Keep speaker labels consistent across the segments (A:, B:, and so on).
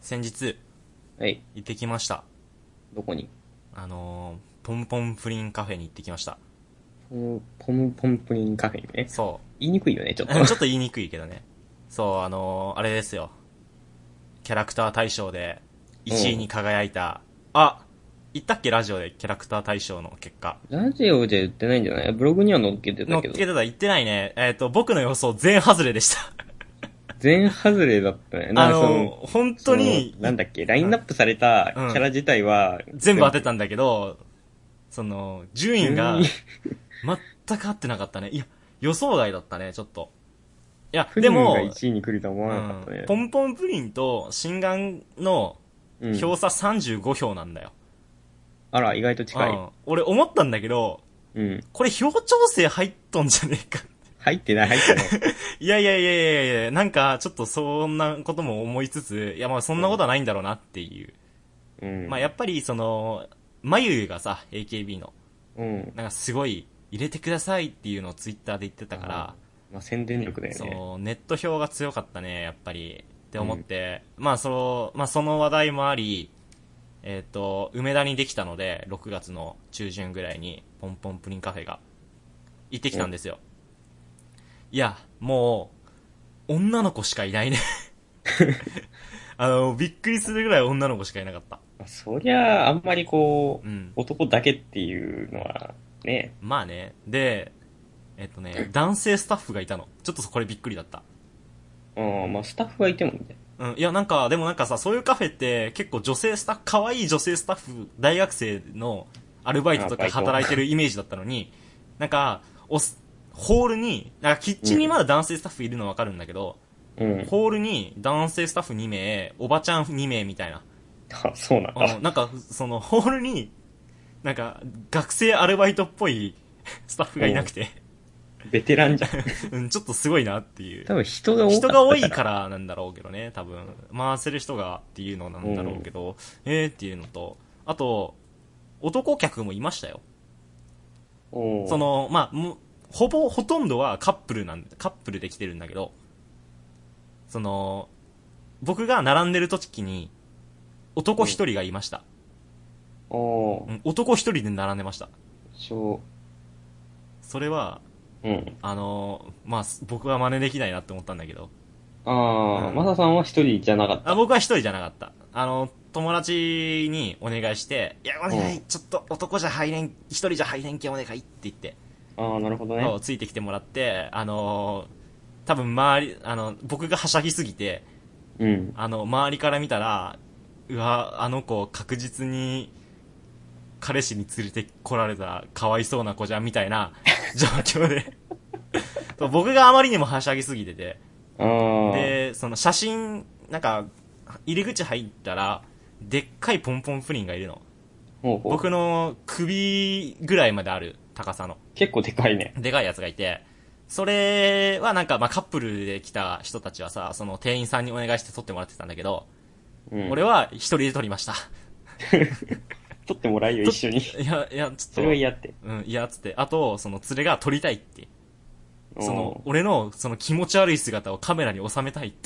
A: 先日、
B: はい。
A: 行ってきました。
B: どこに
A: あのー、ポンポンプリンカフェに行ってきました。
B: ポム、ポムポンプリンカフェにね。
A: そ
B: 言いにくいよね、ちょ
A: う。
B: っ
A: ち
B: と
A: ょ。っと言いにくいけどね。そう、あのー、あれですよ。キャラクター大賞で1位に輝いた、あ、言ったっけラジオでキャラクター大賞の結果。
B: ラジオじゃ言ってないんじゃないブログには載っけて
A: の
B: た
A: っ
B: け
A: け
B: ど
A: て。た言ってないね。えっ、と、僕の予想全外れでした。
B: 全外れだったね。
A: あ
B: なんかそ
A: のー、本当に
B: そのなんだっけ、ラインナップされたキ
A: うん
B: ャラ自体は、
A: 全部当てたんだけど、その、順位が
B: 順位、
A: 全く合ってなかったね。いや、予想外だったね、ちょっと。いや、
B: プリ
A: で
B: ン
A: も
B: が、1位に来るとは思わなかった
A: う
B: ね
A: ん。ポンポンプリンと新眼の
B: うん
A: 票差35票なんだよ。
B: あら、意外と近
A: う
B: い。
A: ん俺思ったんだけど、
B: うん。
A: これ票調整入っとんじゃねえか。
B: 入ってない、入ってない。
A: いやいやいやいやいやなんか、ちょっとそんなことも思いつつ、いやまあそんなことはないんだろうなっていう。
B: うん。
A: まあやっぱりその、眉がさ、AKB の、
B: うん。
A: なんかすごい、入れてくださいっていうのをツイッターで言ってたから、
B: まあ、宣伝力だよね。
A: そう、ネット票が強かったね、やっぱり。って思って、まあ、その、まあ、その話題もあり、えっ、と、梅田にできたので、6月の中旬ぐらいに、ポンポンプリンカフェが、行ってきたんですよ。いや、もう、女の子しかいないね。 あの、びっくりするぐらい女の子しかいなかった。
B: まあそりゃあ、あんまりこ
A: う
B: う、
A: ん。
B: 男だけっていうのは、ね。
A: まあね。で、えっ、とね、男性スタッフがいたの。ちょっとこれびっくりだった。
B: うん、まあ、スタッフがいてもいいんだよ。
A: うん、いや、なんか、でもなんかさ、そういうカフェって、結構女性スタッフ、可愛い女性スタッフ、大学生のアルバイトと
B: あバ
A: か
B: イト
A: 働いてるイメージだったのに、なんか、おす、ホールに、なんかキッチンにまだ男性スタッフいるのわかるんだけど、
B: うん。
A: ホールに男性スタッフ2名、おばちゃん2名みたいな。
B: あ、そうなん
A: あの
B: だ。
A: なんか、その、ホールに、なんか、学生アルバイトっぽい スタッフがいなくて、
B: ベテランじゃん。
A: うん、ちょっとすごいなっていう。
B: 多分人が多かった
A: 人
B: ら
A: が多いからなんだろうけどね、 多分。回せる人がっていうのなんだろうけど、えーっていうのと、あと、男客もいましたよ。
B: おう
A: そ、の、まあ、もほぼ、ほとんどはカップルなんカップルで来てるんだけど、その、僕が並んでる時に、男一人がいました。
B: おう
A: うん男一人で並んでました。
B: そ
A: それは、
B: う。うん。
A: あの、まあ、僕は真似できないなって思ったんだけど、
B: ああ、
A: うん
B: マサさんは一人じゃなかっ
A: あ
B: た。
A: 僕は一人じゃなかった。あの、友達にお願いして、いや、お願い、
B: う
A: ちょっと男じゃ入れん、一人じゃ入れんけんお願いって言って、
B: ああ、なるほど
A: そ
B: ね
A: う。ついてきてもらって、あのー多分周り、あの、僕がはしゃぎすぎて、
B: うん。
A: あの、周りから見たら、うわ、あの子確実に、彼氏に連れて来られた、かわいそうな子じゃん、みたいな状況で。そう僕があまりにもはしゃぎすぎてて、
B: ああ、
A: で、その写真、なんか、入り口入ったら、でっかいポンポンプリンがいるの。
B: ほうほう
A: 僕の首ぐらいまである高さの、
B: 結構でかいね。
A: でかいやつがいて、それはなんか、まあカップルで来た人たちはさ、その店員さんにお願いして撮ってもらってたんだけど、
B: うん。
A: 俺は一人で撮りました。
B: 撮ってもらえよ、一緒に。
A: いや、いや、ちょっと。
B: それは嫌って。
A: うん、いや、つって。あと、その連れが撮りたいって。その、
B: お
A: 俺の、その気持ち悪い姿をカメラに収めたいって。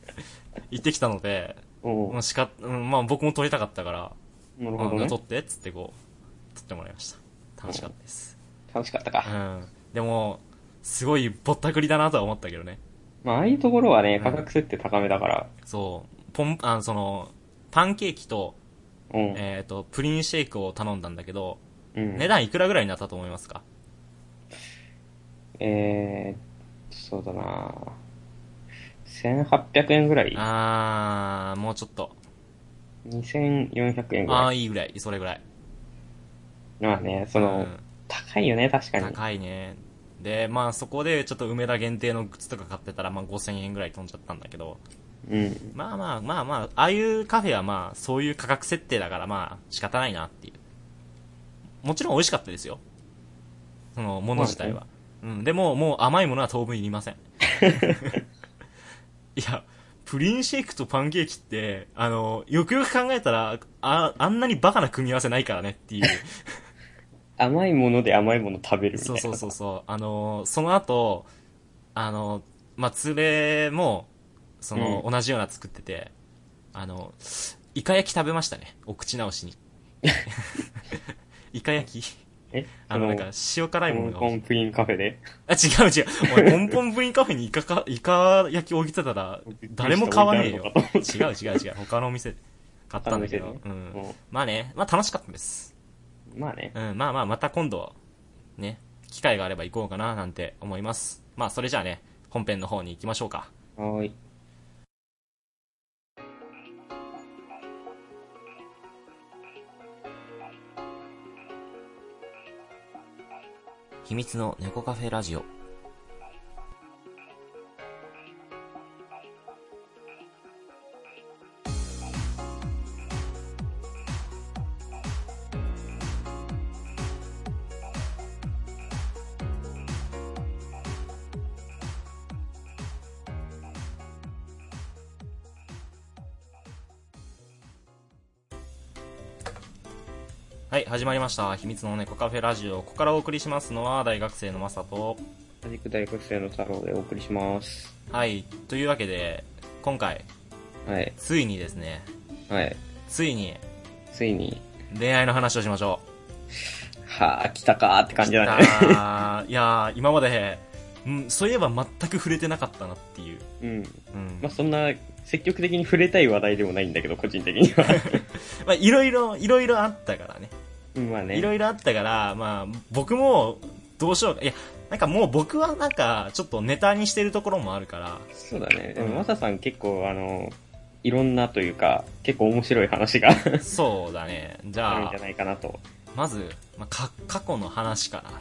A: 言ってきたので、
B: うおう
A: もうしか、うん、まあ僕も撮りたかったから、
B: なる
A: あ
B: ほどね
A: 撮。ってっつってこう、撮ってもらいました。楽しかったです。
B: 楽しかった
A: う
B: か。
A: ん。でも、すごいぼったくりだなとは思ったけどね。
B: まあ、ああいうところはね、
A: ん
B: 価格設定高めだから。
A: そう、ポン、あその、パンケーキと、
B: うん。
A: えっ、と、プリンシェイクを頼んだんだけど、
B: うん
A: 値段いくらぐらいになったと思いますか
B: えー、そうだな1800円ぐらい
A: あー、もうちょっと。
B: ?2400 円ぐ
A: あ
B: らい。
A: ー、いいぐらい。それぐらい。
B: まあね、その、
A: うん
B: 高いよね、確かに。
A: 高いね。で、まあそこでちょっと梅田限定の靴とか買ってたら、まあ5000円ぐらい飛んじゃったんだけど、
B: うん。
A: まあまあまあまあ、ああいうカフェはまあ、そういう価格設定だからまあ、仕方ないなっていう。もちろん美味しかったですよ。その、もの自体は。うん、でも、もう甘いものは当分いりません。いや、プリンシェイクとパンケーキって、あの、よくよく考えたら、あ、あんなにバカな組み合わせないからねっていう。
B: 甘いもので甘いもの食べるみたい
A: そう
B: な。
A: そうそうそう。あのーその後、あのーまあ、連れも、その、同じような作ってて、あの、イカ焼き食べましたね。お口直し に。イカ焼き
B: え
A: あの、なんか、塩辛いものが
B: 香港プリンカフェで。
A: あ、違う違う。お前、ポンポンブインカフェにイカか、イカ焼き置いてたら、誰も買わねえよ。違う違う違う。他のお店で買ったんだけど。う
B: 他の
A: ん
B: 店で。も
A: まあね、まあ楽しかったです。
B: うまあね。
A: うん、まあまあ、また今度、ね、機会があれば行こうかな、なんて思います。まあ、それじゃあね、本編の方に行きましょうか。
B: はーい。
A: 秘密の猫カフェラジオ。はい、始まりました。秘密の猫カフェラジオ。ここからお送りしますのは、大学生のマサと。
B: 同じく大学生の太郎でお送りします。
A: はい、というわけで、今回、
B: はい。
A: ついにですね、
B: はい。
A: ついに
B: ついに、
A: 恋愛の話をしましょ
B: はぁ、来たかーって
A: う。
B: 感じだ
A: ね。
B: ね。
A: いやー、今まで、うん、そういえば全く触れてなかったなっていう。
B: うん。
A: うん。
B: まあそんな、積極的に触れたい話題でもないんだけど、個人的に は。
A: まあ、いろいろ、いろいろあったからね。
B: うんまあね。
A: いろいろあったから、まあ、僕も、どうしようか。いや、なんかもう僕はなんか、ちょっとネタにしてるところもあるから、
B: そうだね。で
A: うん
B: も、マサさん結構、あの、いろんなというか、結構面白い話が
A: そうだね。じ
B: あるん
A: ゃあ
B: じゃ、ないかなと。
A: まず、まあ、か、過去の話から、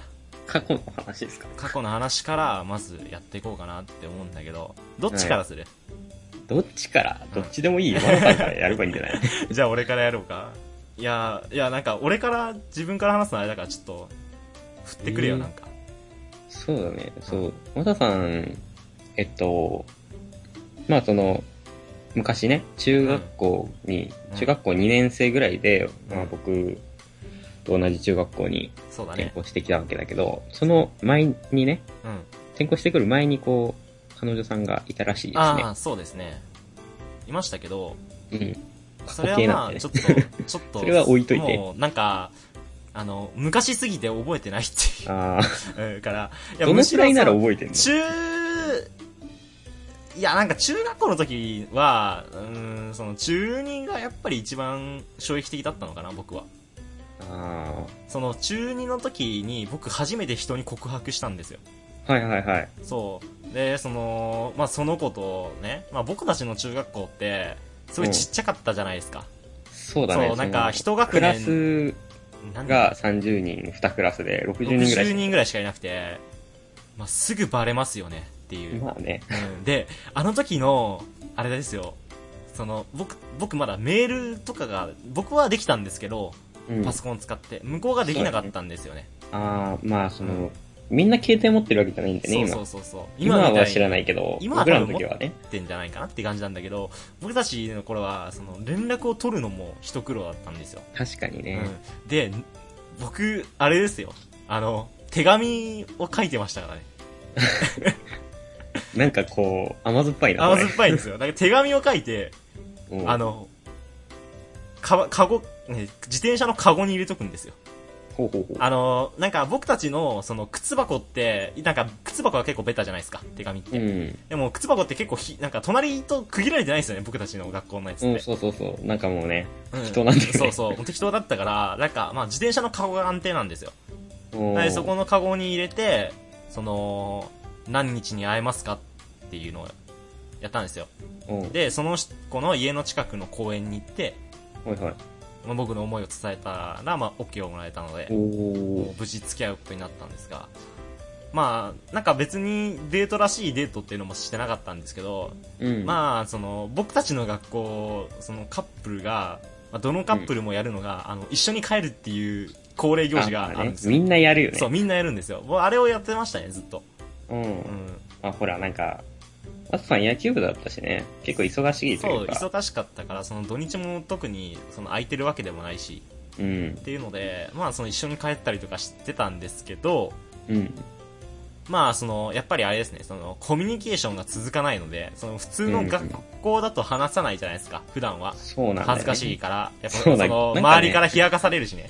B: 過去の話ですか
A: 過去の話から、まずやっていこうかなって思うんだけど、どっちからする、
B: どっちから
A: ん
B: どっちでもいいよ。マサさんからやればいいんじゃない
A: じゃあ俺からやろうか。いや、いや、なんか俺から、自分から話すのあれだからちょっと、振ってくれよ、
B: えー
A: なんか。
B: そうだね。そう。マサさん、えっと、まあその、昔ね、中学校に、
A: うん
B: 中学校2年生ぐらいで、
A: うん
B: まあ僕と同じ中学校に
A: そうだ
B: 転
A: ね。
B: 校してきたわけだけど、その前にね、
A: うん。
B: 転校してくる前にこう、彼女さんがいたらしいですね
A: ああ、そうですね。いましたけど、。
B: うん。
A: それは
B: 過去形
A: ま
B: なん
A: あ、
B: でね
A: ちょっと、ちょっと、
B: それは置いといて
A: もう、なんか、あの、昔すぎて覚えてないっていう
B: ああ、
A: うん から、い
B: どのくらいなら
A: むし
B: 覚えてんの
A: ろその中、いや、なんか中学校の時は、うーん、その中2がやっぱり一番衝撃的だったのかな、僕は。
B: あ
A: その中2の時に僕初めて人に告白したんですよ。
B: あ、はいはいはい。
A: そう。で、その、まあ、その子とね、まあ、僕たちの中学校って、すごいちっちゃかったじゃないですか。
B: そうだね。
A: そうなんか
B: そ
A: 一
B: の
A: 学年
B: クラス
A: なん
B: が30人、2クラスで60人ぐら
A: 60
B: い。
A: 人ぐらいしかいなくて、まあ、すぐバレますよねっていう。
B: まあね。
A: うんで、あの時の、あれですよ。その、僕、僕まだメールとかが、僕はできたんですけど、
B: うん
A: パソコン使って、向こうができなかったんですよね。
B: ああ、まあその、
A: うん
B: みんな携帯持ってるわけじゃないんでね、
A: そう
B: 今。
A: そうそうそう。
B: 今
A: みた
B: はい
A: に
B: 知らないけど、
A: 今は
B: 僕らの時はね。
A: ってんじゃないかなって感じなんだけど、僕たちの頃は、その、連絡を取るのも一苦労だったんですよ。
B: 確かに
A: う
B: ね。
A: ん。で、僕、あれですよ。あの、手紙を書いてましたからね。
B: なんかこう、甘酸っぱいな、こ
A: 甘
B: れ
A: 酸っぱいんですよ。なんか手紙を書いて、
B: うん
A: あの、かば、かご、ね、自転車のカゴに入れとくんですよ。
B: ほうほうほう。
A: あの、なんか僕たちの、その、靴箱って、なんか、靴箱は結構ベタじゃないですか、手紙って。
B: うん。
A: でも、靴箱って結構ひ、なんか、隣と区切られてないですよね、僕たちの学校のやつって。
B: うん、そうそうそう。なんかもうね、
A: うん
B: 適当なんだよね
A: そうそう。適当だったから、なんか、まあ、自転車のカゴが安定なんですよ。
B: もう
A: で、そこのカゴに入れて、その、何日に会えますかっていうのをやったんですよ。
B: うんは
A: で、その子の家の近くの公園に行って、
B: いはい。
A: まあ、僕の思いを伝えたら、まあ、OK をもらえたので
B: お、
A: もう
B: お
A: 無事付き合うことになったんですが、まあ、なんか別にデートらしいデートっていうのもしてなかったんですけど、
B: うん。あ、
A: まあ、その、僕たちの学校、そのカップルが、まあどのカップルもやるのが、あの、一緒に帰るっていう恒例行事があるん
B: ね
A: ですよ。
B: みんなやるよね。
A: そう、みんなやるんですよ。もうあれをやってましたね、ずっと。
B: うん。
A: うん。
B: あ、ほら、なんか、マスさん野球部だったしね。結構忙しいと
A: そ、
B: いううか。
A: 忙しかったから、その土日も特に、その空いてるわけでもないし、
B: うん
A: っ。ていうので、まあ、その一緒に帰ったりとかしてたんですけど、
B: うん。
A: まあ、その、やっぱりあれですね、その、コミュニケーションが続かないので、その、普通の学校だと話さないじゃないですか、普段は。
B: そうなんだ、ね。
A: 恥ずかしいから、やっぱ、
B: そ
A: そう
B: だ
A: の、
B: なんかね
A: 周りから冷やかされるしね。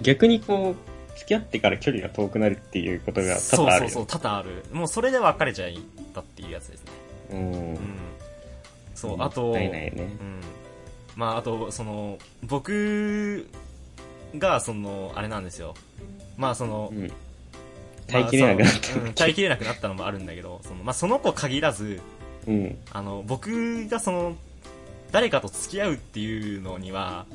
B: 逆にこう、付き合ってから距離が遠くなるっていうことが多
A: そう
B: 々あ
A: そ
B: る
A: う
B: よ。
A: そう、多々ある。もう、それで別れちゃいったっていうやつですね。
B: うん
A: うん。そう、あと、
B: もったいないよね。
A: うん、まああとその僕がそのあれなんですよまあその、
B: うん。耐えきれなくなっ
A: まあそのうん耐えきれなくなったのもあるんだけどその,、まあ、その子限らず
B: た。 うん。
A: あの僕がその誰かと付き合うっていうのには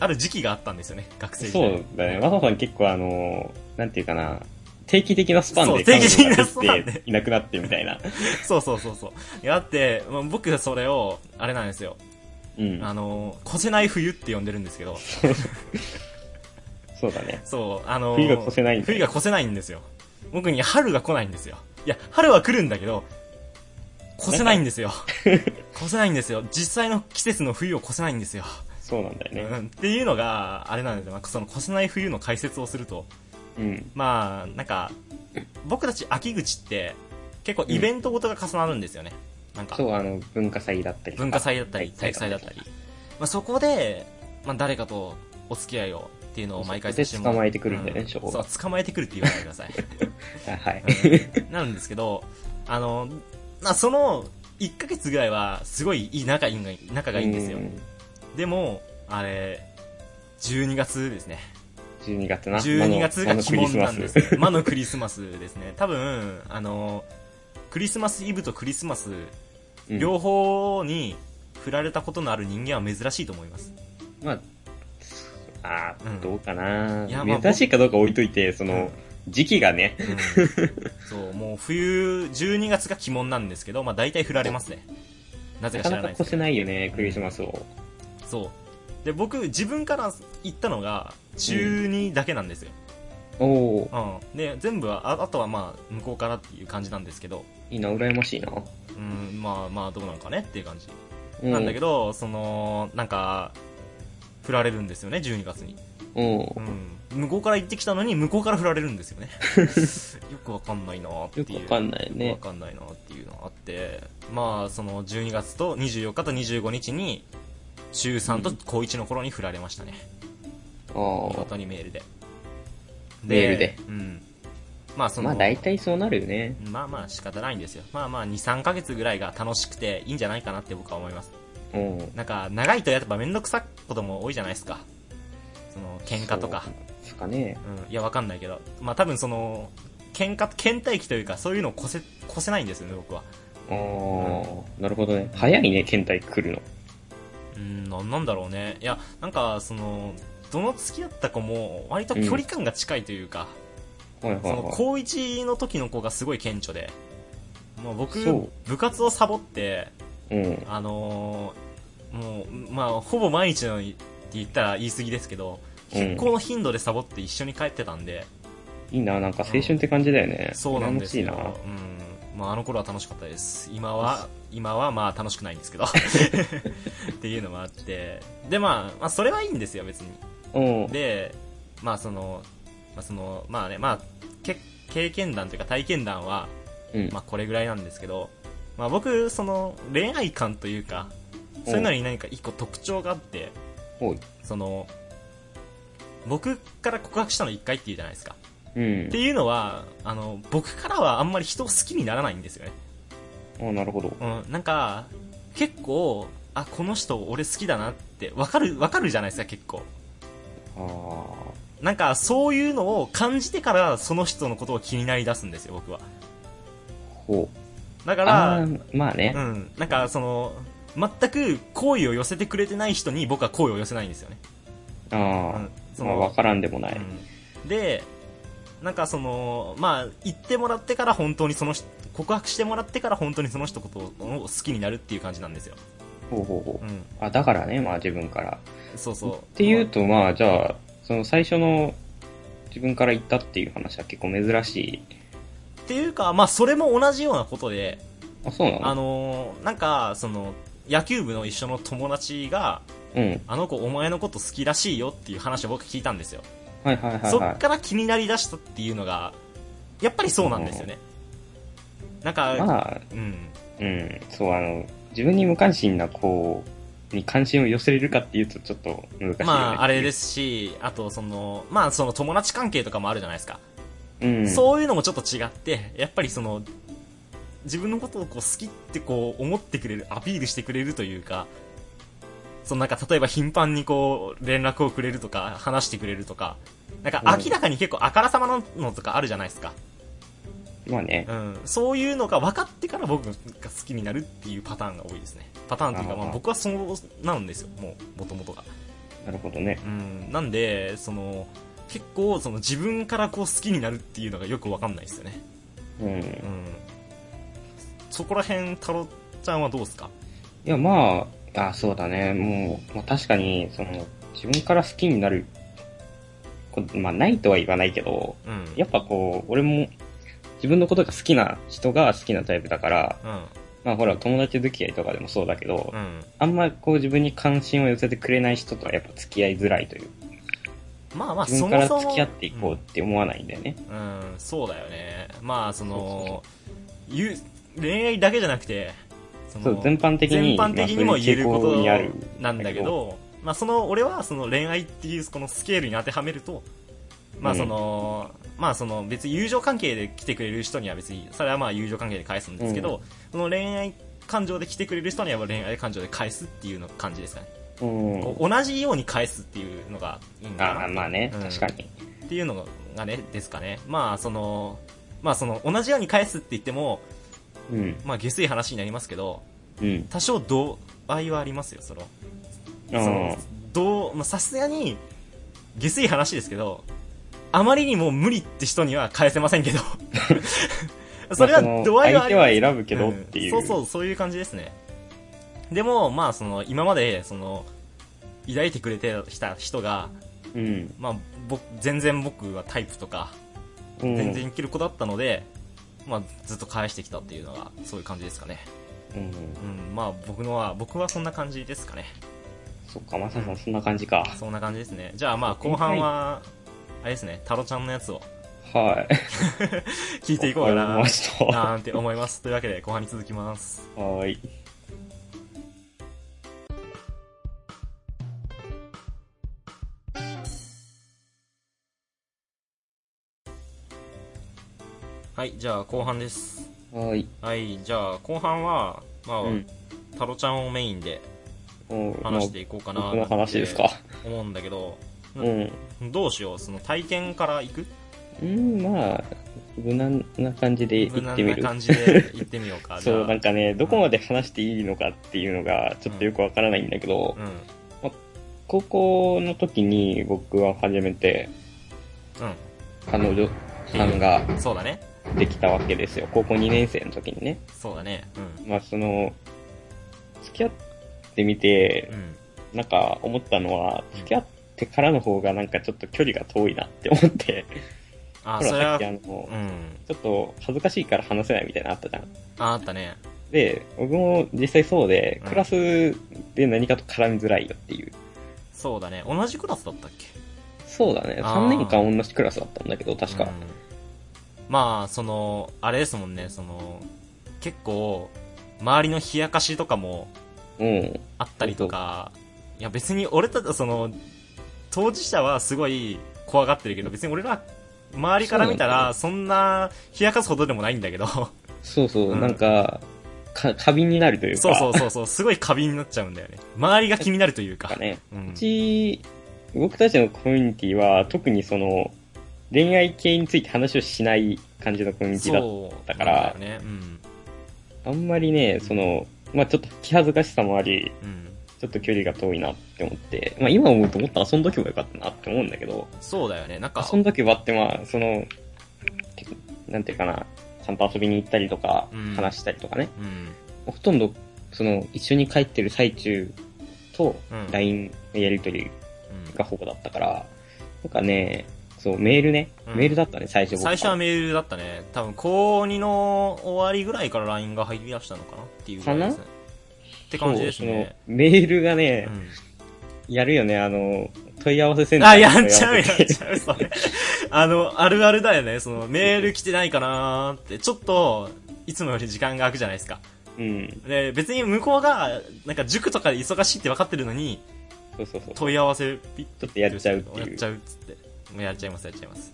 A: ある時期があったんですよね学生時
B: そ
A: 代
B: うだね。マサさん結構あの、なんていうかな、定期的なスパン
A: そ
B: で
A: う定期的
B: 彼女
A: な
B: が
A: スパンで
B: できていなくなってみたいな。
A: そうそうそうそういやだって、まあ、僕はそれをあれなんですよ
B: うん。
A: あの越せない冬って呼んでるんですけど
B: そうだね。
A: そう、あのー
B: 冬が越せないんだよ
A: 冬が越せないんですよ。僕に春が来ないんですよ。いや、春は来るんだけど、越せないんですよ。越せないんですよ。実際の季節の冬を越せないんですよ。
B: そうなんだよね。
A: うん、っていうのが、あれなんですよ。まあその越せない冬の解説をすると、
B: うん。
A: まあ、なんか、僕たち秋口って、結構イベントごとが重なるんですよね。なんか
B: そ、う、あの、文化祭だったりとか。
A: 文化祭だったり、体育
B: 体育
A: 祭
B: 祭
A: だ
B: だ
A: っ
B: ったた
A: り
B: り。
A: まあそこで、まあ誰かとお付き合いをっていうのを毎回
B: そこで
A: してもらう
B: 捕まえてくるんだよね
A: う
B: 諸法
A: そ
B: が
A: う、捕まえてくるって言わないでください。
B: あはい。
A: うんなるんですけど、あの、まあ、その、1ヶ月ぐらいは、すごいいい仲いいんが、仲がいいんですよ
B: う。
A: でも、あれ、12月ですね。
B: 12月な。
A: 12月が
B: 魔の
A: 鬼
B: 魔のクリ
A: 門
B: ス
A: な
B: マ
A: んで
B: ス。
A: す。魔のクリスマスですね。多分、あの、クリスマスイブとクリスマス、
B: うん
A: 両方に振られたことのある人間は珍しいと思います。
B: まあ、あー
A: うん
B: どうかない
A: やまあ
B: 珍しいかどうか置いといて、その、時期がね、
A: うんそう、もう冬、12月が鬼門なんですけど、まあ大体振られますね。なぜ
B: な
A: か知
B: からな
A: な
B: か
A: いですけど
B: 越せないよね、クリスマスを。
A: そう。で、僕、自分から言ったのが、中2だけなんですよ。
B: おお
A: うん。で、全部は、ああとはまあ、向こうからっていう感じなんですけど、
B: いいな、羨ましいな。
A: うん、まあまあ、どうなんかねっていう感じ。
B: う
A: なんだけど、その、なんか、振られるんですよね、12月に。
B: うん。
A: うん。向こうから行ってきたのに、向こうから振られるんですよ ね。よくわかんないなーってい
B: よ
A: う。
B: くわかんない
A: よ
B: ね
A: く。わかんないなっていうのがあって、まあ、その12月と24日と25日に、中3と高1の頃に振られましたね。
B: あ
A: 見
B: ー
A: 事にメールで。
B: メールで
A: うん。まあその、
B: まあ大体そうなるよね。
A: まあまあ仕方ないんですよ。まあまあ2、3ヶ月ぐらいが楽しくていいんじゃないかなって僕は思います。
B: うん。
A: なんか、長いとやっぱめんどくさいことも多いじゃないですか。その、喧嘩とか。
B: ですかね。
A: うん。いや、わかんないけど。まあ多分その、喧嘩、倦怠期というか、そういうのを越せ、越せないんですよね、僕は。
B: ああ、なるほどね。早いね、倦怠来るの。
A: うん、なんなんだろうね。いや、なんか、その、どの付き合った子も、割と距離感が近いというか、
B: はいはい
A: その
B: は
A: 高1の時の子がすごい顕著で、もう僕
B: そう、
A: 部活をサボって、
B: い。うん。
A: あのーもう、まあ、ほぼ毎日のようにって言ったら言い過ぎですけど、
B: うん
A: 結構の頻度でサボって一緒に帰ってたんで、
B: いいな、なんか青春って感じだよね。
A: そうなんです
B: 羨
A: よ。
B: ましいな。
A: うん。まあ、あの頃は楽しかったです。今は、今はまあ楽しくないんですけ ど。っていうのもあって。で、まあ、まあ、それはいいんですよ、別に。
B: うん。
A: で、まあその、まあその、まあね、まあ、け経験談というか体験談は、
B: うん
A: まあこれぐらいなんですけど、まあ僕、その、恋愛観というか、そういうのに何か一個特徴があって、
B: おい。
A: その、僕から告白したの一回って言うじゃないですか。
B: うん
A: って。いうのは、あの、僕からはあんまり人を好きにならないんですよね。
B: あなるほど。
A: うん、なんか、結構、あ、この人俺好きだなって、わかる、わかるじゃないですか、結構。
B: ああ。
A: なんか、そういうのを感じてから、その人のことを気になり出すんですよ、僕は。
B: ほう。
A: だか
B: ああ
A: ら、
B: ー、まあね
A: う。ん、なんか、その、全く好意を寄せてくれてない人に僕は好意を寄せないんですよね。う
B: あ
A: ん、
B: あ。
A: そ
B: まあ、
A: の、
B: わからんでもない。
A: うんで、なんかその、まあ、言ってもらってから本当にその人、告白してもらってから本当にその人のことを好きになるっていう感じなんですよ。
B: ほうほうほ
A: う
B: う。
A: ん、
B: あ、だからね、まあ自分から。
A: そうそう。
B: っていうと、まあ、じゃあ、その最初の自分から言ったっていう話は結構珍しい。
A: っていうか、まあ、それも同じようなことで、
B: あ、そうなの
A: あのーなんか、その、野球部の一緒の友達が、
B: うん。
A: あの子お前のこと好きらしいよっていう話を僕聞いたんですよ。
B: はいはいはい
A: そ
B: は
A: っ
B: い。
A: から気になりだしたっていうのが、やっぱりそうなんですよね。なんか、
B: まあ、
A: うん。
B: うん、そう、あの、自分に無関心な子に関心を寄せれるかっていうと、ちょっと難しいよね。
A: まあ、あれですし、あと、その、まあ、その友達関係とかもあるじゃないですか。
B: うん。
A: そういうのもちょっと違って、やっぱりその、自分のことをこう好きってこう思ってくれる、アピールしてくれるというか、そのなんか例えば頻繁にこう連絡をくれるとか、話してくれるとか、なんか明らかに結構あからさまなのとかあるじゃないですか。
B: まあね
A: う。ん。そういうのが分かってから僕が好きになるっていうパターンが多いですね。パターンというか、まあ
B: あー
A: 僕はそうなんですよ、もう、もともとが。
B: なるほどね。
A: うん。なんで、その、結構その自分からこう好きになるっていうのがよく分かんないですよね。
B: うん。い
A: うんそこら辺太郎ちゃんはどうですか
B: や、まあ、あそうだね。もう、まあ、確かに、その、自分から好きになること、まあ、ないとは言わないけど、
A: うん
B: やっぱこう、俺も、自分のことが好きな人が好きなタイプだから、
A: うん
B: まあほら、友達付き合いとかでもそうだけど、
A: うん
B: あんまこう自分に関心を寄せてくれない人とはやっぱ付き合いづらいという
A: まあまあ
B: 自
A: そ
B: 分か
A: も
B: ら
A: そも
B: 付き合っていこうって思わないんだよね。
A: うん、うんそうだよねまあそのゆ恋愛だけじゃなくてその
B: そう、全般的
A: 全
B: に。
A: 般的にも言えるこ
B: まあそういう傾向にあ
A: と
B: る
A: なんだけ。ど、まあその、俺はその恋愛っていうこのスケールに当てはめると、まあその、まあその別に友情関係で来てくれる人には別に、それはまあ友情関係で返すんですけど、その恋愛感情で来てくれる人には恋愛感情で返すっていうの感じですかね。
B: うん。
A: こう同じように返すっていうのがいいんだ
B: あ
A: な
B: あ、まあね、
A: うん
B: 確かに。
A: っていうのがね、ですかね。まあその、まあその同じように返すって言っても、
B: うん。
A: まあ下水話になりますけど、
B: うん。
A: 多少度合いはありますよ、その。
B: う
A: その
B: ん。
A: どう、まあ、さすがに、下水話ですけど、あまりにも無理って人には返せませんけ ど。 それは
B: まあ
A: 度合いはあ
B: 相
A: り
B: 手
A: ま
B: は
A: す
B: 選ぶけどっていう。
A: んそうそう、そういう感じですね。でも、まあ、その、今まで、その、抱いてくれてきた人が、
B: う。うん。
A: まあ、僕、全然僕はタイプとか、
B: うん
A: 全然いける子だったので、まあ、ずっと返してきたっていうのが、そういう感じですかね。
B: うん。
A: うん、まあ、僕のは、僕はそんな感じですかね。
B: そっか、まささんそんな感じか。
A: そんな感じですね。じゃあまあ後半は、あれですね、タロちゃんのやつを
B: はい。
A: 聞いていこうか
B: わか
A: な
B: りま、した。は
A: なんて思います。というわけで後半に続きます。
B: ーい。
A: はい、じゃあ後半です。
B: はーい。
A: はい、じゃあ後半は、まあ、
B: うん
A: タロちゃんをメインで
B: もう
A: 話していこうかな
B: まあ僕の話ですか。
A: 思うんだけど、
B: う
A: うん
B: ん。
A: どうしよう、その体験から行く
B: うん、まあ、無難な感じで
A: 無
B: 行っ
A: 難
B: てみ
A: な
B: る。
A: 感じで行ってみよう か。じゃあ
B: そう、なんかね、どこまで話していいのかっていうのが、ちょっとよくわからないんだけど、
A: うん、
B: 高校の時に僕は初めて彼女さんが
A: うん、そうだね。
B: できたわけですよ。高校2年生の時にね。
A: そうだね。
B: まあ、その、付き合ってみて
A: うん、う、ん。
B: なんか思ったのは、付き合ってからの方がなんかちょっと距離が遠いなって思って、
A: あ、
B: ほら、
A: それ
B: さっ
A: は
B: き、あの
A: う、ん。
B: ちょっと恥ずかしいから話せないみたいなのあったじゃん。
A: あ、あったね。
B: で、僕も実際そうで、
A: うん
B: クラスで何かと絡みづらいよっていう。
A: そうだね。同じクラスだったっけ
B: そうだね。
A: あー
B: 3年間同じクラスだったんだけど、確
A: うん
B: か。
A: まあそのあれですもんねその結構周りの冷やかしとかも
B: うん。
A: あったりとかいや別に俺たちその当事者はすごい怖がってるけど別に俺ら周りから見たらそんな冷やかすほどでもないんだけど
B: そうそう、
A: うん
B: なんか、か、過敏になるというか。
A: そうそうそうそうすごい過敏になっちゃうんだよね周りが気になるというか
B: なんかね。
A: う、
B: うんち、僕たちのコミュニティは、特にその、恋愛系について話をしない感じのコミュニティだっ
A: そう
B: だから
A: なんだよねうん
B: た。あんまりね、その、まあちょっと気恥ずかしさもあり、
A: うん
B: ちょっと距離が遠いなって思って、まあ今思うともっと遊んどけばよかったなって思うんだけど、
A: そうだよねなんか
B: 遊んどけばってまあ、その、てなんていうかな、ちゃんと遊びに行ったりとか
A: うん、
B: 話したりとかね、
A: うん
B: ほとんど、その、一緒に帰ってる最中と
A: うん
B: LINE のやりとり
A: うん
B: がほぼだったから、なんかね、そう、メールね、
A: うん
B: メールだったね、最初僕
A: 最初はメールだったね多分高2の終わりぐらいから LINE が入り出したのかなっていうぐらいですねって感じですね
B: そうそのメールがね、
A: う
B: やるよね、あの、問い合わせセン
A: ん、
B: ター
A: あ、
B: に
A: やっちゃう、
B: 問
A: や
B: い
A: っ
B: 合わせて
A: ちゃう、それ。あの、あるあるだよね。その、メール来てないかなーって。ちょっと、いつもより時間が空くじゃないですか。
B: うん。
A: で、別に向こうが、なんか塾とかで忙しいって分かってるのに、
B: そうそうそう。
A: 問い合わせピッ
B: ちょっとやっちゃうって
A: や
B: い
A: っ
B: う
A: ち。ゃうっつって。もうやっちゃいます、やっちゃいます。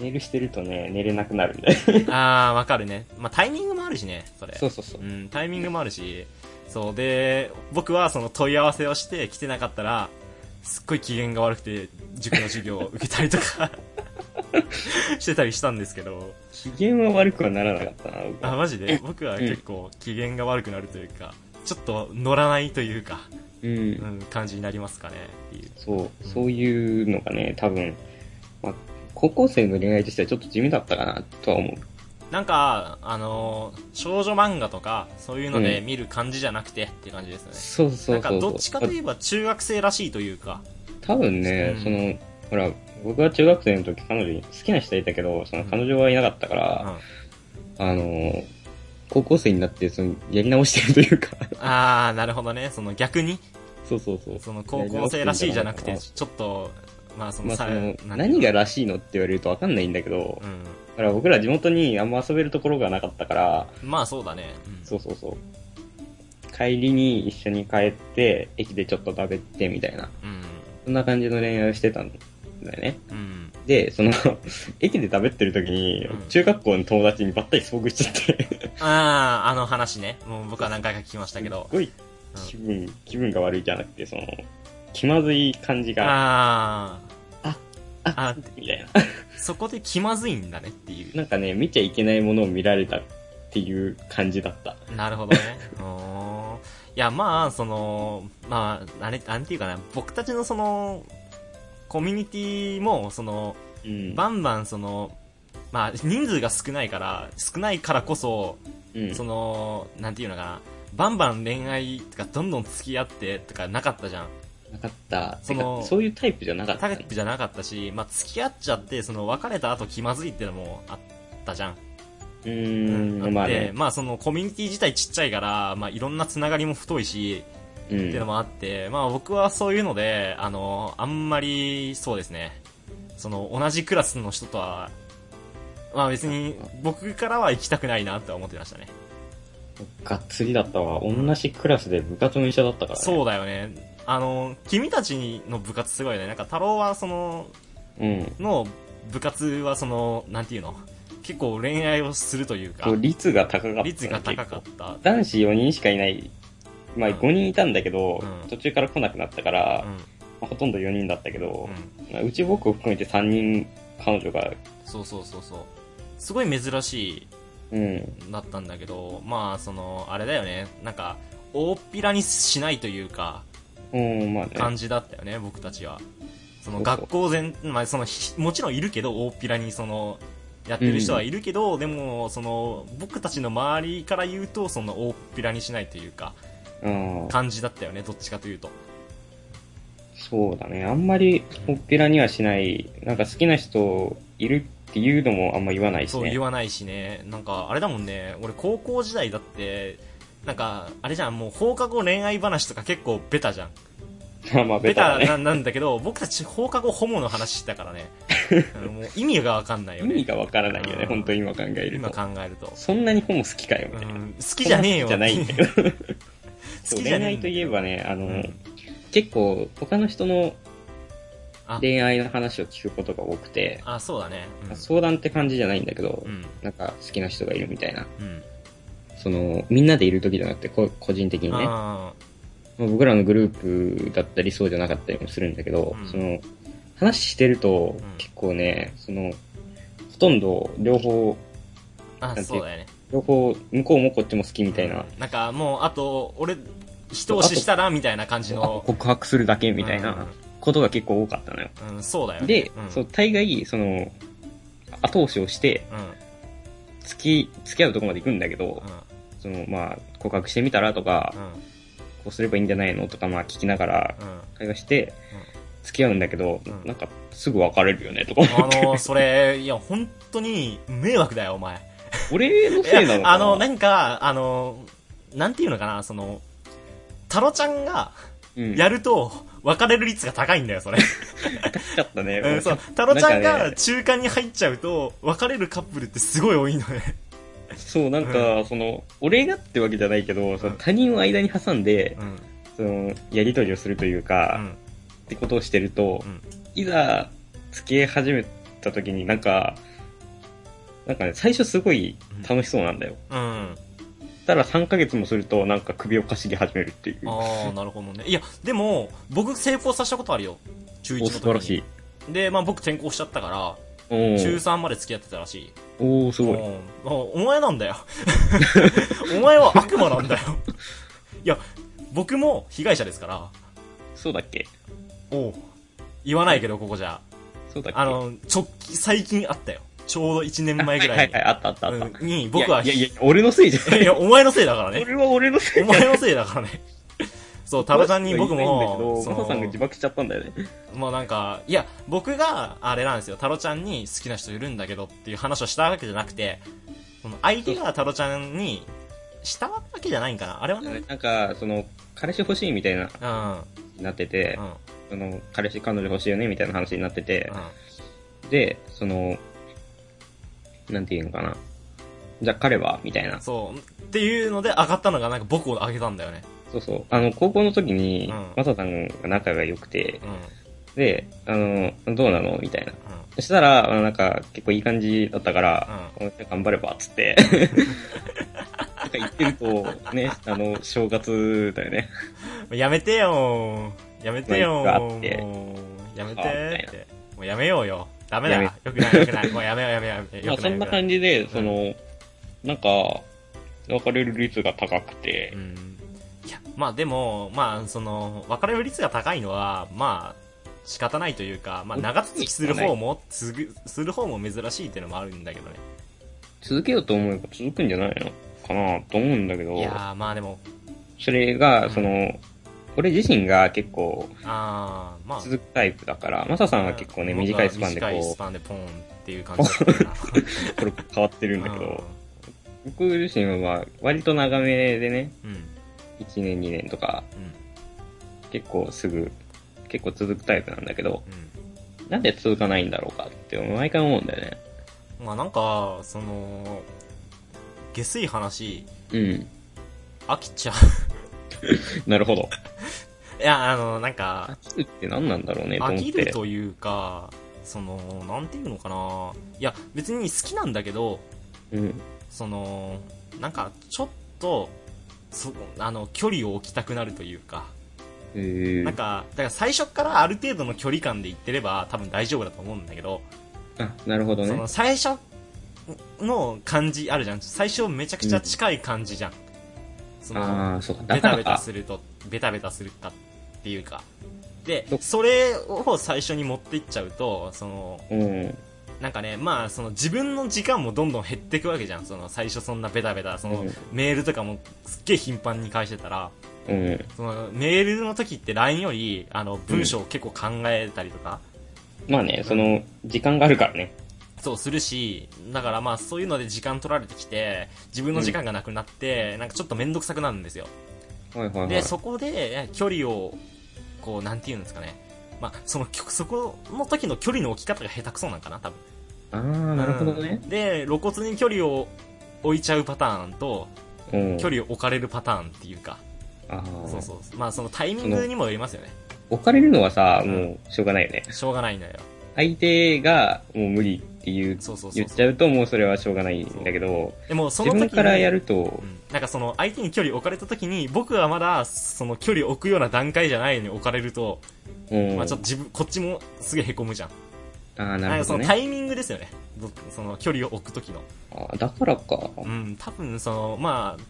B: メールしてるとね、寝れなくなるんだよ。
A: あー、わかるね。まあ、タイミングもあるしね、それ。
B: そうそうそう。
A: うん、タイミングもあるし、そう、で、僕はその問い合わせをして来てなかったら、すっごい機嫌が悪くて、塾の授業を受けたりと か、してたりしたんですけど、
B: 機嫌は悪くはならなかったな、僕
A: あ、
B: は
A: マジで僕は結構機嫌が悪くなるというか、ちょっと乗らないというか、
B: う。
A: うんん、感じになりますかね、っていう。
B: そう、そういうのがね、多分、まあ、高校生の恋愛としてはちょっと地味だったかな、とは思
A: なんか、あのー少女漫画とか、そういうので見る感じじゃなくて、って感じですよ
B: う。
A: ね。
B: そうそ
A: な
B: うんそ
A: か、
B: うそう。
A: どっちかといえば中学生らしいというか、
B: 多分ね、
A: うん
B: その、ほら、僕は中学生の時彼女に好きな人いたけど、その彼女はいなかったか
A: うん
B: ら、あの、高校生になって、その、やり直してるというか、
A: あー、なるほどね。その逆に、
B: そうそうそう。
A: その高校生らしいじゃなく
B: い
A: て、
B: や
A: ちょっと、まあそ
B: ま
A: の
B: あ、そ
A: さ、
B: の、
A: なん
B: 何
A: てい
B: が
A: うの
B: らしいのって言われるとわかんないんだけど、
A: うん。
B: だから僕ら地元にあんま遊べるところがなかったから、
A: まあそうだね。うん
B: そうそうそう。帰りに一緒に帰って、駅でちょっと食べてみたいな。
A: うん。
B: そんな感じの恋愛をしてたんだよね。
A: うん。
B: で、その、 駅で食べてる時に
A: うん、
B: 中学校の友達にばったり遭遇しちゃって、す
A: あー、あの話ね。もう僕は何回か聞きましたけ
B: っ
A: ど。
B: ごい気分、気分が悪いじゃなくて、その、気まずい感じが、
A: あー
B: あ。
A: あ、
B: みたいな。
A: そこで気まずいんだねっていう。
B: なんかね、見ちゃいけないものを見られたっていう感じだった。
A: なるほどね。 うーんいや、まあ、その、まあ、あれ、なんていうかな、僕たちのその、コミュニティも、その、
B: うん。
A: バンバンその、まあ、人数が少ないから、少ないからこそ、
B: うん
A: その、なんていうのかな、バンバン恋愛とかどんどん付き合ってとかなかったじゃん。
B: なかった。
A: その
B: てかそういうタイプじゃなかった
A: タ
B: ね、
A: イプじゃなかったし、まあ、付き合っちゃって、その別れた後気まずいってのもあったじゃん。
B: うーん、まあ
A: で、
B: ね。
A: まあそのコミュニティ自体ちっちゃいから、まあいろんなつながりも太いし、
B: う
A: っていうの
B: ん。
A: もあって、まあ僕はそういうので、あの、あんまり、そうですね、その同じクラスの人とは、まあ別に僕からは行きたくないなとは思ってましたね。
B: がっつりだったわ。同じクラスで部活も一緒だったからね。
A: そうだよね。あの、君たちの部活すごいよね。なんか太郎はその、
B: うん。
A: の部活はその、なんていうの結構恋愛をするというか
B: こ、う率が高かったね。
A: 率が高かっ
B: 結構
A: た。
B: 男子4人しかいない。まあ
A: うん
B: 5人いたんだけど、
A: うん
B: 途中から来なくなったから、
A: う
B: ま
A: ん。
B: あ、ほとんど4人だったけ
A: う
B: ど、
A: ん。
B: まあうち僕を含めて3人彼女が、
A: そうそうそうそう。すごい珍し
B: うん。
A: い、だったんだけど、まあ、その、あれだよね。なんか、大っぴらにしないというか、
B: うん、まあね。
A: 感じだったよね、僕たちは。その
B: そう
A: 学校全、まあ、その、ひもちろんいるけど、大っぴらにその、やってる人はいるけど、でも、その、僕たちの周りから言うと、その、大っぴらにしないというか、
B: うん。
A: 感じだったよね、どっちかというと。
B: そうだね。あんまり、おっぴらにはしない。なんか好きな人いるっていうのもあんま言わないし
A: そう
B: ね
A: 言。わないしね。なんか、あれだもんね、俺高校時代だって、なんか、あれじゃん、もう放課後恋愛話とか結構ベタじゃん。
B: まあまあ、
A: ベ
B: ベタ
A: タ
B: だね。
A: ななんだけど、僕たち放課後ホモの話したから ね。あのもう意味がわかんないよ
B: 意
A: ね。
B: 味がわからないよ
A: う
B: ね、
A: ん
B: 本当に今考える
A: 今
B: と。
A: 考えると。
B: そんなにホモ好きかよ、
A: う
B: みたいな。
A: ん、好きじゃねえよ。
B: 好きじゃないんだけど。
A: 好きじ
B: 恋
A: ゃねえ
B: 愛
A: ん
B: と
A: だ
B: いえ
A: けど。
B: ばね、あの、
A: うん
B: 結構他の人の
A: あ
B: 恋愛の話を聞くことが多くて、
A: あ、そうだね。うん
B: 相談って感じじゃないんだけど、
A: うん。
B: なんか好きな人がいるみたいな。
A: うん。
B: その、みんなでいる時じゃなくて、こ個人的にね。まあ
A: あ
B: 僕らのグループだったりそうじゃなかったりもするんだけど、
A: うん
B: その、話してると
A: ん
B: 結構ね、その、ほとんど両方、
A: ーあ、そうだよね。
B: 両方、向こうもこっちも好きみたいな。
A: なんかもう、あと、俺、一押ししたらみたいな感じ
B: あ
A: の。
B: 告白するだけみたいなことが結構多かったのよ。
A: うん。うん、そうだよね。
B: で、
A: うん、
B: そう、大概、その、後押しをして、
A: うん。
B: 付き、付き合うとこまで行くんだけど
A: う、ん。
B: その、まあ、告白してみたらとか
A: う、ん。
B: こうすればいいんじゃないのとか、まあ、聞きながら
A: うん。
B: 会話して
A: うん、
B: 付き合うんだけど
A: うん、
B: なんか、すぐ別れるよね、とか。
A: あのー、それ、いや、本当に、迷惑だよ、お前。
B: 俺の
A: い
B: せいなのか
A: や、
B: な
A: あの、なんか、あのー、なんていうのかな、その、タロちゃんが、
B: うん、
A: やると、別れる率が高いんだよ、それ。
B: っちゃったね。
A: うん、そう。タロちゃん
B: なんか
A: が
B: ね
A: 中間に入っちゃうと、別れるカップルってすごい多いのね。
B: そう、なんか、その、俺がってわけじゃないけど、その他人を間に挟んで、
A: うん。
B: その、やりとりをするというか、
A: うん。
B: ってことをしてると、
A: うん
B: いざ、付き合い始めた時になんか、なんかね、最初すごい楽しそうなんだよ。
A: うん。
B: ただ3ヶ月もすると、なんか首をかしげ始めるっていう。お、
A: ああ、なるほどね。いや、でも、僕成功させたことあるよ。中1の時に。
B: 素晴らしい。
A: い。で、まあ僕転校しちゃったから、
B: お
A: 中
B: ー
A: 3まで付き合ってたらしい。
B: おーすごい。
A: うんあお前なんだ よ。お前は悪魔なんだよ。いや、僕も被害者ですから、
B: そうだっけ
A: おう言わないけど、ここじゃ。
B: そうだっけ
A: あの、直近、最近あったよ。ちょうど1年前ぐらいに
B: はいはいはい、あったあったあった。
A: うんに僕はい
B: やいやいや、俺のせいじゃな い
A: い。や、お前のせいだからね。
B: 俺は俺のせい
A: お前のせいだ からね。そう、タバちゃんに僕も、そ
B: マサさんが自爆しちゃったんだよね。
A: もうなんか、いや、僕が、あれなんですよ、タロちゃんに好きな人いるんだけどっていう話をしたわけじゃなくて、その相手がタロちゃんにしたわけじゃないんかなあれはね、
B: なんか、その、彼氏欲しいみたいな、
A: うん、
B: なってて、
A: うん、
B: その、彼氏彼女欲しいよねみたいな話になってて、
A: う。。
B: で、その、なんていうのかな。じゃあ彼はみたいなん
A: そう、っていうので上がったのがなんか僕を上げたんだよね。
B: そうそう。あの、高校の時に、
A: うん
B: マサさんが仲が良くて
A: う、ん、うん、
B: で、あの、どうなのみたいな。そしたら、あのなんか、結構いい感じだったから、俺頑張れば、つって。なんか言ってると、ね、あの、正月だよね。
A: うん。やめてよーやめてよ
B: まあい
A: ー
B: いかって
A: もうやめて
B: あーみ
A: ー
B: たい
A: って。もうやめようよ。ダメだ。
B: や
A: よくない、よくない。もうやめよう、やめよう、やめよう。
B: ま
A: よ
B: あ、
A: くな
B: そ
A: い
B: んな
A: よくい
B: 感じで、その、なんか、別れる率が高くて
A: う、んいや、まあでも、まあ、その、別れる率が高いのは、まあ、仕方ないというか、まあ、長続きする方も、すぐ、する方も珍しいっていうのもあるんだけどね。
B: 続けようと思えば続くんじゃないのかなと思うんだけど
A: い、やー、まあでも、
B: それ
A: うん
B: が、その、俺自身が結構
A: あー、まあ。
B: 続くタイプだから、マサさんは結構ね、
A: うん
B: 短いスパンで
A: 短い
B: こ
A: スパンでポンっていう感じだったか
B: う、これ変わってるんだ
A: ら。
B: けど、僕自身は割と長めでね、
A: うん。うん。
B: 1年2年とか、結構すぐ、結構続くタイプなんだけど、
A: うん。
B: なんで続かないんだろうかって毎回思うんだよね。
A: うん。まあなんか、その、下水話、
B: うん。
A: 飽きちゃう。
B: なるほど。
A: いや、あの、なんか、
B: 飽きるって何なんだろうね、と思っ
A: 飽
B: て。
A: きるというか、その、なんていうのかな。いや、別に好きなんだけど、
B: うん。
A: その、なんか、ちょっと、そ、あの、距離を置きたくなるというか、
B: えー
A: なんか、だから最初からある程度の距離感で行ってれば多分大丈夫だと思うんだけど、
B: あ、なるほど
A: そ
B: ね
A: の。最初の感じあるじゃん。最初めちゃくちゃ近い感じじゃん。その、
B: ああ、そうか。だ
A: ベ
B: か
A: タ
B: ら
A: ベタ
B: か。
A: すると、ベタベタするかっていうか。で
B: そ、
A: それを最初に持っていっちゃうと、その、
B: うん。
A: なんかね、まあ、その自分の時間もどんどん減っていくわけじゃん。その最初そんなベタベタ、その
B: うん
A: メールとかもすっげえ頻繁に返してたら、
B: うん。
A: そのメールの時って LINE より、あの、文章を結構考えたりとか、
B: まあね、その、時間があるからね。
A: そうするし、だからまあそういうので時間取られてきて、自分の時間がなくなって、なんかちょっとめんどくさくなるんですよ。
B: はいはいは
A: で、
B: い。
A: そこで距離を、こう、なんていうんですかね。まあ、その、そこの時の距離の置き方が下手くそなんかな、多分。
B: ああ、なるほどね
A: う。んで、露骨に距離を置いちゃうパターンと、
B: うん。
A: 距離を置かれるパターンっていうか、
B: あ
A: そう
B: あ。
A: そうそう。まあ、そのタイミングにもよりますよね。
B: 置かれるのはさ、
A: うん
B: もう、しょうがないよね。
A: しょうがないんだよ。
B: 相手が、もう無理っていう、
A: そうそうそ
B: 言
A: う
B: っ
A: そう。
B: ちゃうと、もうそれはしょうがないんだけど、
A: でも、その
B: 自
A: 時に
B: 分からやる
A: う
B: と、
A: んなんかその、相手に距離置かれた時に、僕はまだ、その距離置くような段階じゃないのに置かれると、
B: うん。
A: まあちょっ
B: と。
A: と自分、こっちもすげえ凹むじゃん。
B: あ
A: な
B: あ、なんる
A: か
B: ほ
A: そ
B: ど
A: の
B: ね。
A: タイミングですよね。どその距離を置く時の。
B: あーだからか。
A: うん、多分その、まあ、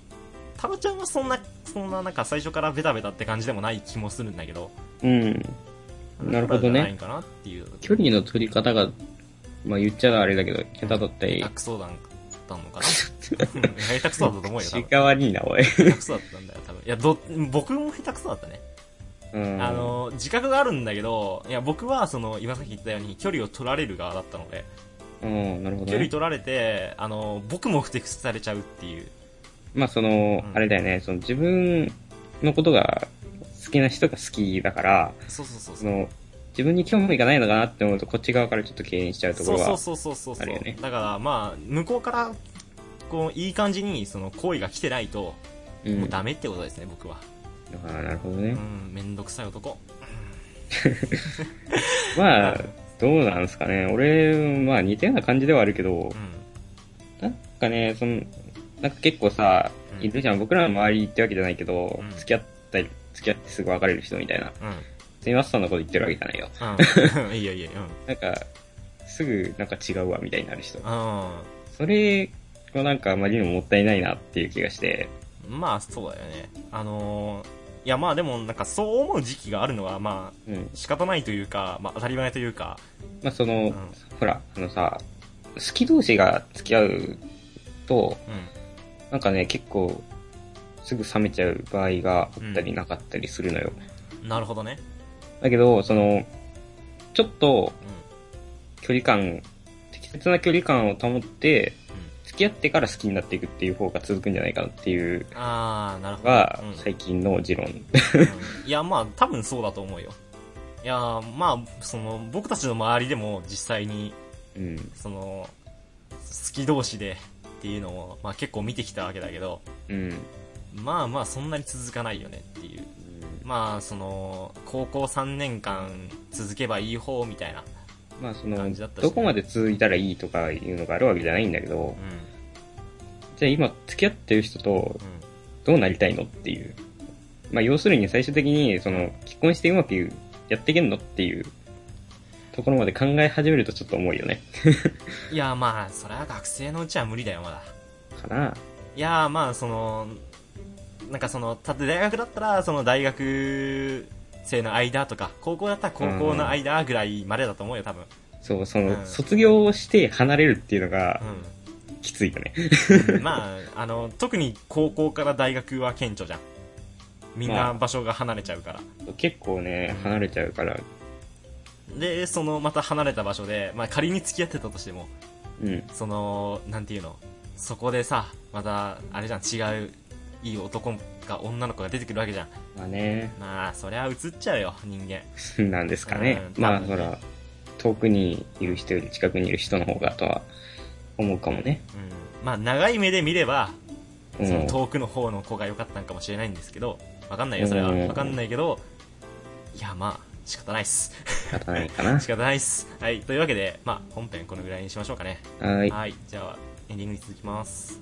A: タロちゃんはそんな、そんななんか最初からベタベタって感じでもない気もするんだけど、
B: うん。なる
A: だか
B: ほどね
A: らじゃないかなっていう。
B: 距離の取り方が、まあ言っちゃあれだけど、下手だったり
A: 下手、くそだった のかなうん下手くそだったと思うよ、多
B: 口
A: 分。
B: が悪いな、おい。
A: 下手くそだったんだよ、多分。いや、ど、僕も下手くそだったね。
B: うん。
A: あ、の、自覚があるんだけど、いや、僕は、その、今さっき言ったように、距離を取られる側だったので、
B: うん、なるほど
A: 距離
B: ね。
A: 取られて、あの、僕も不適切されちゃうっていう。
B: まあその
A: う、ん
B: あれだよね、その自分のことが好きな人が好きだから、
A: そうそうそう
B: そ
A: そう。
B: の、自分に興味がないのかなって思うと、こっち側からちょっと敬遠しちゃうとこ
A: そ
B: ろ
A: う
B: が。
A: そうそうそうそう
B: あるよね
A: だからまあ向こうからこう、いい感じに、その、行為が来てないと、
B: うん
A: もうダメってことですね、僕は。
B: ああ、なるほど
A: う
B: ね。
A: ん、めんどくさい男。
B: まあ、どうなんですかね。俺、まあ似たような感じではあるけど
A: う、ん。
B: なんかね、その、なんか結構さ、
A: うん
B: いるじゃん。僕らの周りってわけじゃないけど、
A: うん
B: 付き合ったり、付き合ってすぐ別れる人みたいな。
A: うん。
B: すみません、そんなこと言ってるわけじゃないよ。
A: うん。 いいよいいよ。う
B: なんか、すぐなんか違うわ、みたいになる人。
A: ん。
B: それはなんかあまりにももったいないなっていう気がして、
A: うん。まあ、そうだよね。あのー、いやまあでもなんかそう思う時期があるのはまあ
B: うん。
A: 仕方ないというか、まあ当たり前というか、
B: まあその、
A: ん
B: ほら、あのさ、好き同士が付き合うと、
A: うん。
B: なんかね、結構、すぐ冷めちゃう場合があったりなかったりするのよ。
A: なるほどね。
B: だけど、その、ちょっと
A: うん。
B: 距離感、適切な距離感を保って、
A: う。
B: 付き合ってから好きになっていくっていう方が続くんじゃないかなっていうん
A: あー、なるほ
B: の
A: ど。
B: が
A: うん、
B: 最近の持論。
A: うんいや、まあ、多分そうだと思うよ。いや、まあ、その、僕たちの周りでも実際に、
B: うん。
A: その、好き同士でっていうのを、まあ結構見てきたわけだけど、
B: うん。
A: まあまあそんなに続かないよねっていう。まあ、その、高校3年間続けばいい方みたいな。
B: まあその、
A: 感じだったしね
B: どこまで続いたらいいとかいうのがあるわけじゃないんだけど
A: う、ん。
B: じゃあ今付き合ってる人と
A: うん。
B: どうなりたいのっていう。まあ要するに最終的に、その、結婚してうまくやっていけんのっていうところまで考え始めるとちょっと重いよね。
A: いや、まあ、それは学生のうちは無理だよ、まだ。
B: かない
A: やーまあそのなんかそのたとえ大学だったらその大学生の間とか高校だったら高校の間ぐらいまでだと思うよ多分
B: そう、そ
A: うん
B: の、卒業して離れるっていうのが
A: う
B: きついよね。
A: ん、まああの特に高校から大学は顕著じゃんみん
B: ま
A: な
B: あ
A: 場所が離れちゃうから、
B: 結構ね、離れちゃうから、
A: でそのまた離れた場所で、まあ、仮に付き合ってたとしても
B: うん。
A: そのなんていうのそこでさまたあれじゃん違ういい男か女の子が出てくるわけじゃん
B: まあね、
A: まあそりゃ映っちゃうよ人間
B: なんですかね。
A: うん
B: ま
A: 多
B: あ
A: 分
B: ほ
A: ね
B: ら、遠くにいる人より近くにいる人の方がとは思うかもね。
A: うんまあ長い目で見れば
B: うん
A: その遠くの方の子が良かったんかもしれないんですけどわかんないよそれは
B: うん
A: わかんないけどいやまあ仕方ないっす
B: 仕方ないかな
A: 仕。方ないっすはいというわけでまあ本編このぐらいにしましょうかね
B: はい。
A: はいじゃあエンディングに続きます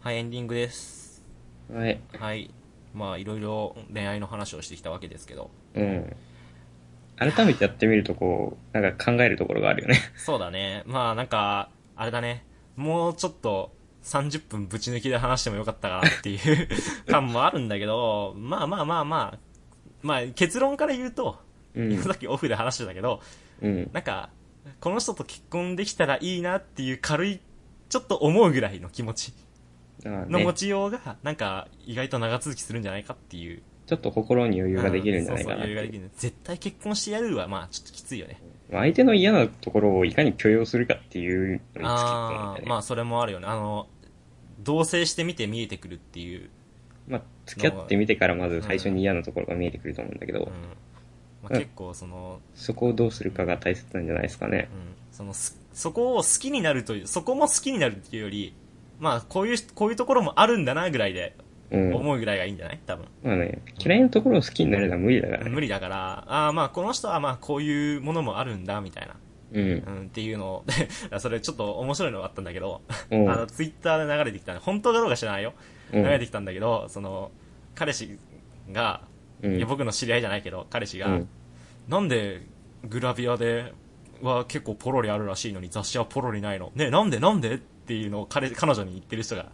A: はいエンディングです
B: はい。
A: はい。まあ、いろいろ恋愛の話をしてきたわけですけど。
B: うん。改めてやってみるとこう、なんか考えるところがあるよね。
A: そうだね。まあ、なんか、あれだね。もうちょっと30分ぶち抜きで話してもよかったかなっていう 感もあるんだけど、まあまあまあまあ、まあ結論から言うと、
B: うん
A: さ。っきオフで話してたけど、
B: うん。
A: なんか、この人と結婚できたらいいなっていう軽い、ちょっと思うぐらいの気持ち
B: だから
A: の持
B: ね、
A: ちようが、なんか意外と長続きするんじゃないかっていう。
B: ちょっと心に余裕ができるんじゃない
A: う
B: か
A: ん
B: な
A: そうそう余
B: っ
A: 裕がで
B: て
A: き。る。絶対結婚してやるは、まあちょっときついよね。
B: まあ相手の嫌なところをいかに許容するかっていうのに尽きると思うん
A: あ
B: だよ
A: あ
B: ね。
A: まあそれもあるよねあの同棲してみて見えてくるっていう、
B: まあ、付き合ってみてからまず最初に嫌なところが見えてくると思うんだけど、
A: うんま
B: う
A: あ、
B: ん
A: 結構その,、
B: そこをどうするかが大切なんじゃないですかね
A: う。ん、そのすそこを好きになるというそこも好きになるっていうよりまあこういうこういうところもあるんだなぐらいで
B: うん。
A: 思うぐらいがいいんじゃない多分
B: まあね、嫌いなところを好きになるのは無理だから
A: 無
B: ね。
A: 理だからああまあこの人はまあこういうものもあるんだみたいな、
B: うん
A: う。ん、っていうのを それちょっと面白いのがあったんだけど
B: うん
A: あのツイッターで流れてきたの本当かどうか知らないよ
B: うん
A: 流れてきたんだけど、その彼氏が
B: うん
A: いや僕の知り合いじゃないけど彼氏が、
B: うん
A: なんでグラビアでは結構ポロリあるらしいのに雑誌はポロリないのねえなんでなんでっていうのを彼彼女に言ってる人が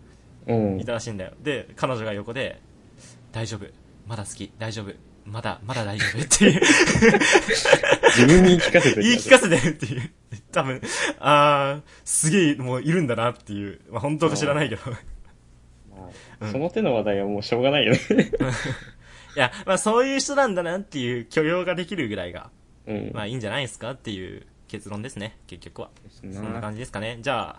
B: うん
A: い。たらしいんだよで彼女が横で大丈夫まだ好き大丈夫まだまだ大丈夫っていう
B: 自分に言い聞かせて
A: 言い聞かせてるっていう多分ああすげえもういるんだなっていう、まあ、本当か知らないけど
B: まあその手の話題はもうしょうがないよね。
A: いや、まあそういう人なんだなっていう許容ができるぐらいが、
B: うん。
A: まあいいんじゃないですかっていう結論ですね、結局は。
B: です
A: そんな
B: な
A: 感じですかね。じゃあ、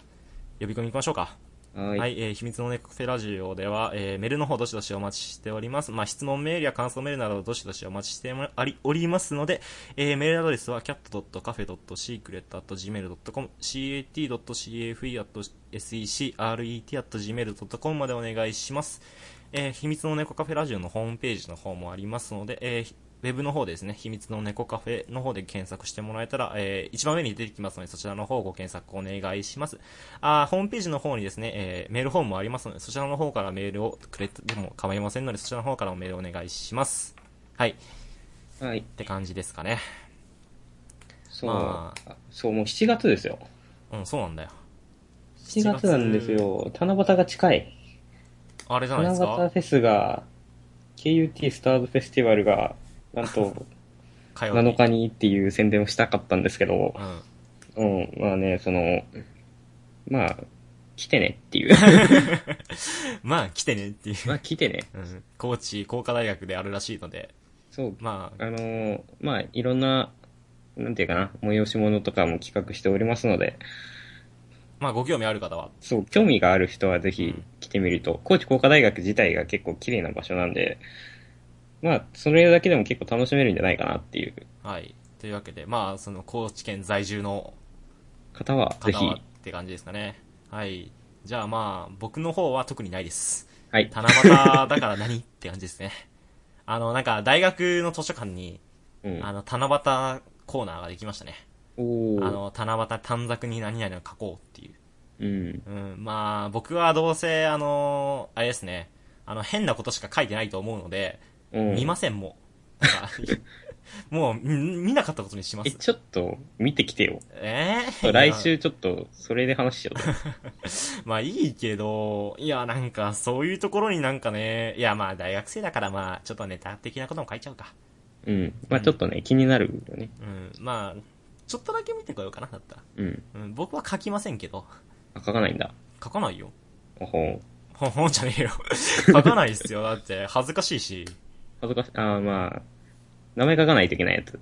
A: 呼び込み行きましょうか。
B: は。
A: はいい、えー秘密のネコペラジオでは、えーメールの方どしどしお待ちしております。まあ、質問メールや感想メールなどどしどしお待ちしてもありおりますので、えーメールアドレスは cat.cafe.secret.gmail.com、cat.cafe.secret.gmail.com までお願いします。えー秘密の猫カフェラジオのホームページの方もありますので、えーウェブの方ですね、秘密の猫カフェの方で検索してもらえたら、えー一番上に出てきますので、そちらの方をご検索お願いします。あーホームページの方にですね、えーメールフォームもありますので、そちらの方からメールをくれても構いませんので、そちらの方からもメールお願いします。はい。っ
B: はい。
A: て感じですかね。
B: そう、
A: ま
B: そう、もう7月ですよ。
A: うん、そうなんだよ。
B: 7月なんですよ。七夕が近い。
A: あれじゃない
B: 七
A: で
B: 夕
A: すか
B: フェスが、KUT スターズフェスティバルが、なん と、
A: 火曜日。
B: 7日にっていう宣伝をしたかったんですけど、
A: うん。
B: うん、まあね、その、まあ、来てね っていう。
A: まあ、来てねっていう。
B: まあ、来てね。
A: うん。高知工科大学であるらしいので、
B: そう、
A: まあ、
B: あのーまあ、いろんな、なんていうかな、催し物とかも企画しておりますので、
A: まあ、ご興味ある方は。
B: そう、興味がある人はぜ
A: う
B: ひ
A: ん
B: 来てみると、高知工科大学自体が結構綺麗な場所なんで、まあ、それだけでも結構楽しめるんじゃないかなっていう
A: はい。というわけで、まあ、その、高知県在住の
B: 方は、ぜ
A: 方
B: ひ
A: はっ、て感じですかね。はい。じゃあまあ、僕の方は特にないです。
B: はい。
A: 七夕だから何って感じですね。 あの、なんか、大学の図書館に、
B: うん
A: あ。の、七夕コーナーができましたね。
B: お
A: あ
B: ー。
A: の、七夕短冊に何々を書こうっていう。
B: うん。
A: うん、まあ、僕はどうせ、あの、あれですね、あの、変なことしか書いてないと思うので、
B: うん
A: 見ません、もう。なんか もう、ん見なかったことにしま
B: え、
A: す。
B: ちょっと、見てきてよ。
A: えー、
B: 来週ちょっと、それで話しよ う。
A: まあいいけど、いやなんかそういうところになんかね、いやまあ大学生だからまあちょっとネタ的なことも書いちゃうか。
B: うん。まあちょっとね、気になるよね。
A: うん、まあ、ちょっとだけ見てこようかな、だったら。
B: うん。
A: うん、僕は書きませんけど、
B: あ、書かないんだ。
A: 書かないよ。
B: おほう
A: ほん、ほんじゃねえよ。書かないっすよ、だって恥ずかしいし。
B: 恥ずかし、あーまあ、名前書かないといけないやつ。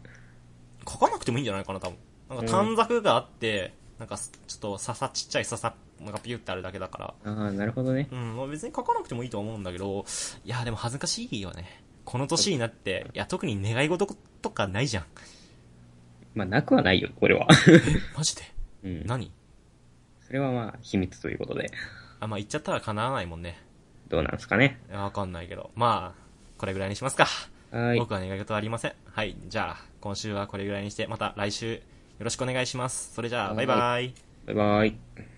A: 書かなくてもいいんじゃないかな、多分。なんか短冊があって、なんかすちょっと笹ちっちゃい笹がピュってあるだけだから。
B: ああ、なるほどね。
A: うん、まあ別に書かなくてもいいと思うんだけど、いや、でも恥ずかしいよね。この年になって、いや、特に願い事とかないじゃん。
B: まあ、なくはないよ、こ れは。
A: マジで
B: うん。
A: 何
B: それはまあ、秘密ということで。
A: あ、まあ言っちゃったら叶わないもんね。
B: どうなんですかね。
A: いやわかんないけど。まあ、これぐらいにしますか。
B: はーい
A: 僕。は願い事はありません。はい、じゃあ、今週はこれぐらいにして、また来週よろしくお願いします。それじゃあ、バイバイ。
B: バイバイ。